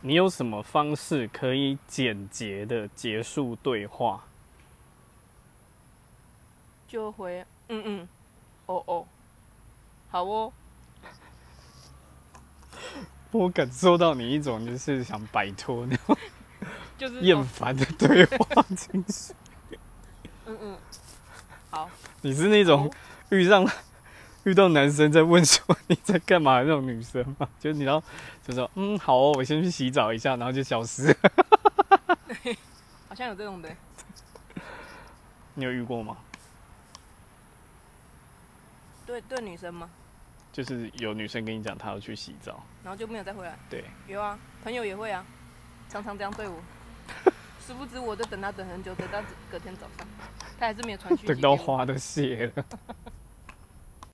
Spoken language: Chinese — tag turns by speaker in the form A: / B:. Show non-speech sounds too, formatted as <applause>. A: 你有什么方式可以简洁的结束对话？
B: 就回嗯嗯，哦哦，好哦，
A: 我感受到你一种就是想摆脱那种
B: 就是
A: 厌
B: 哦
A: 烦的对话情绪。
B: 嗯嗯，哦好，
A: 你是那种遇上 <laughs> 遇到男生在问说你在干嘛的那种女生吗？就是你要就说嗯好哦，我先去洗澡一下，然后就消失。 <laughs>
B: 好像有这种的，
A: 你有遇过吗？
B: 对对，女生嘛，
A: 就是有女生跟你讲她要去洗澡，
B: 然后就没有再回来。
A: 对，
B: 有啊，朋友也会啊，常常这样对我。殊不知我就等他等很久，等到隔天早上，他还是没有传讯息。
A: 等到。花都谢了。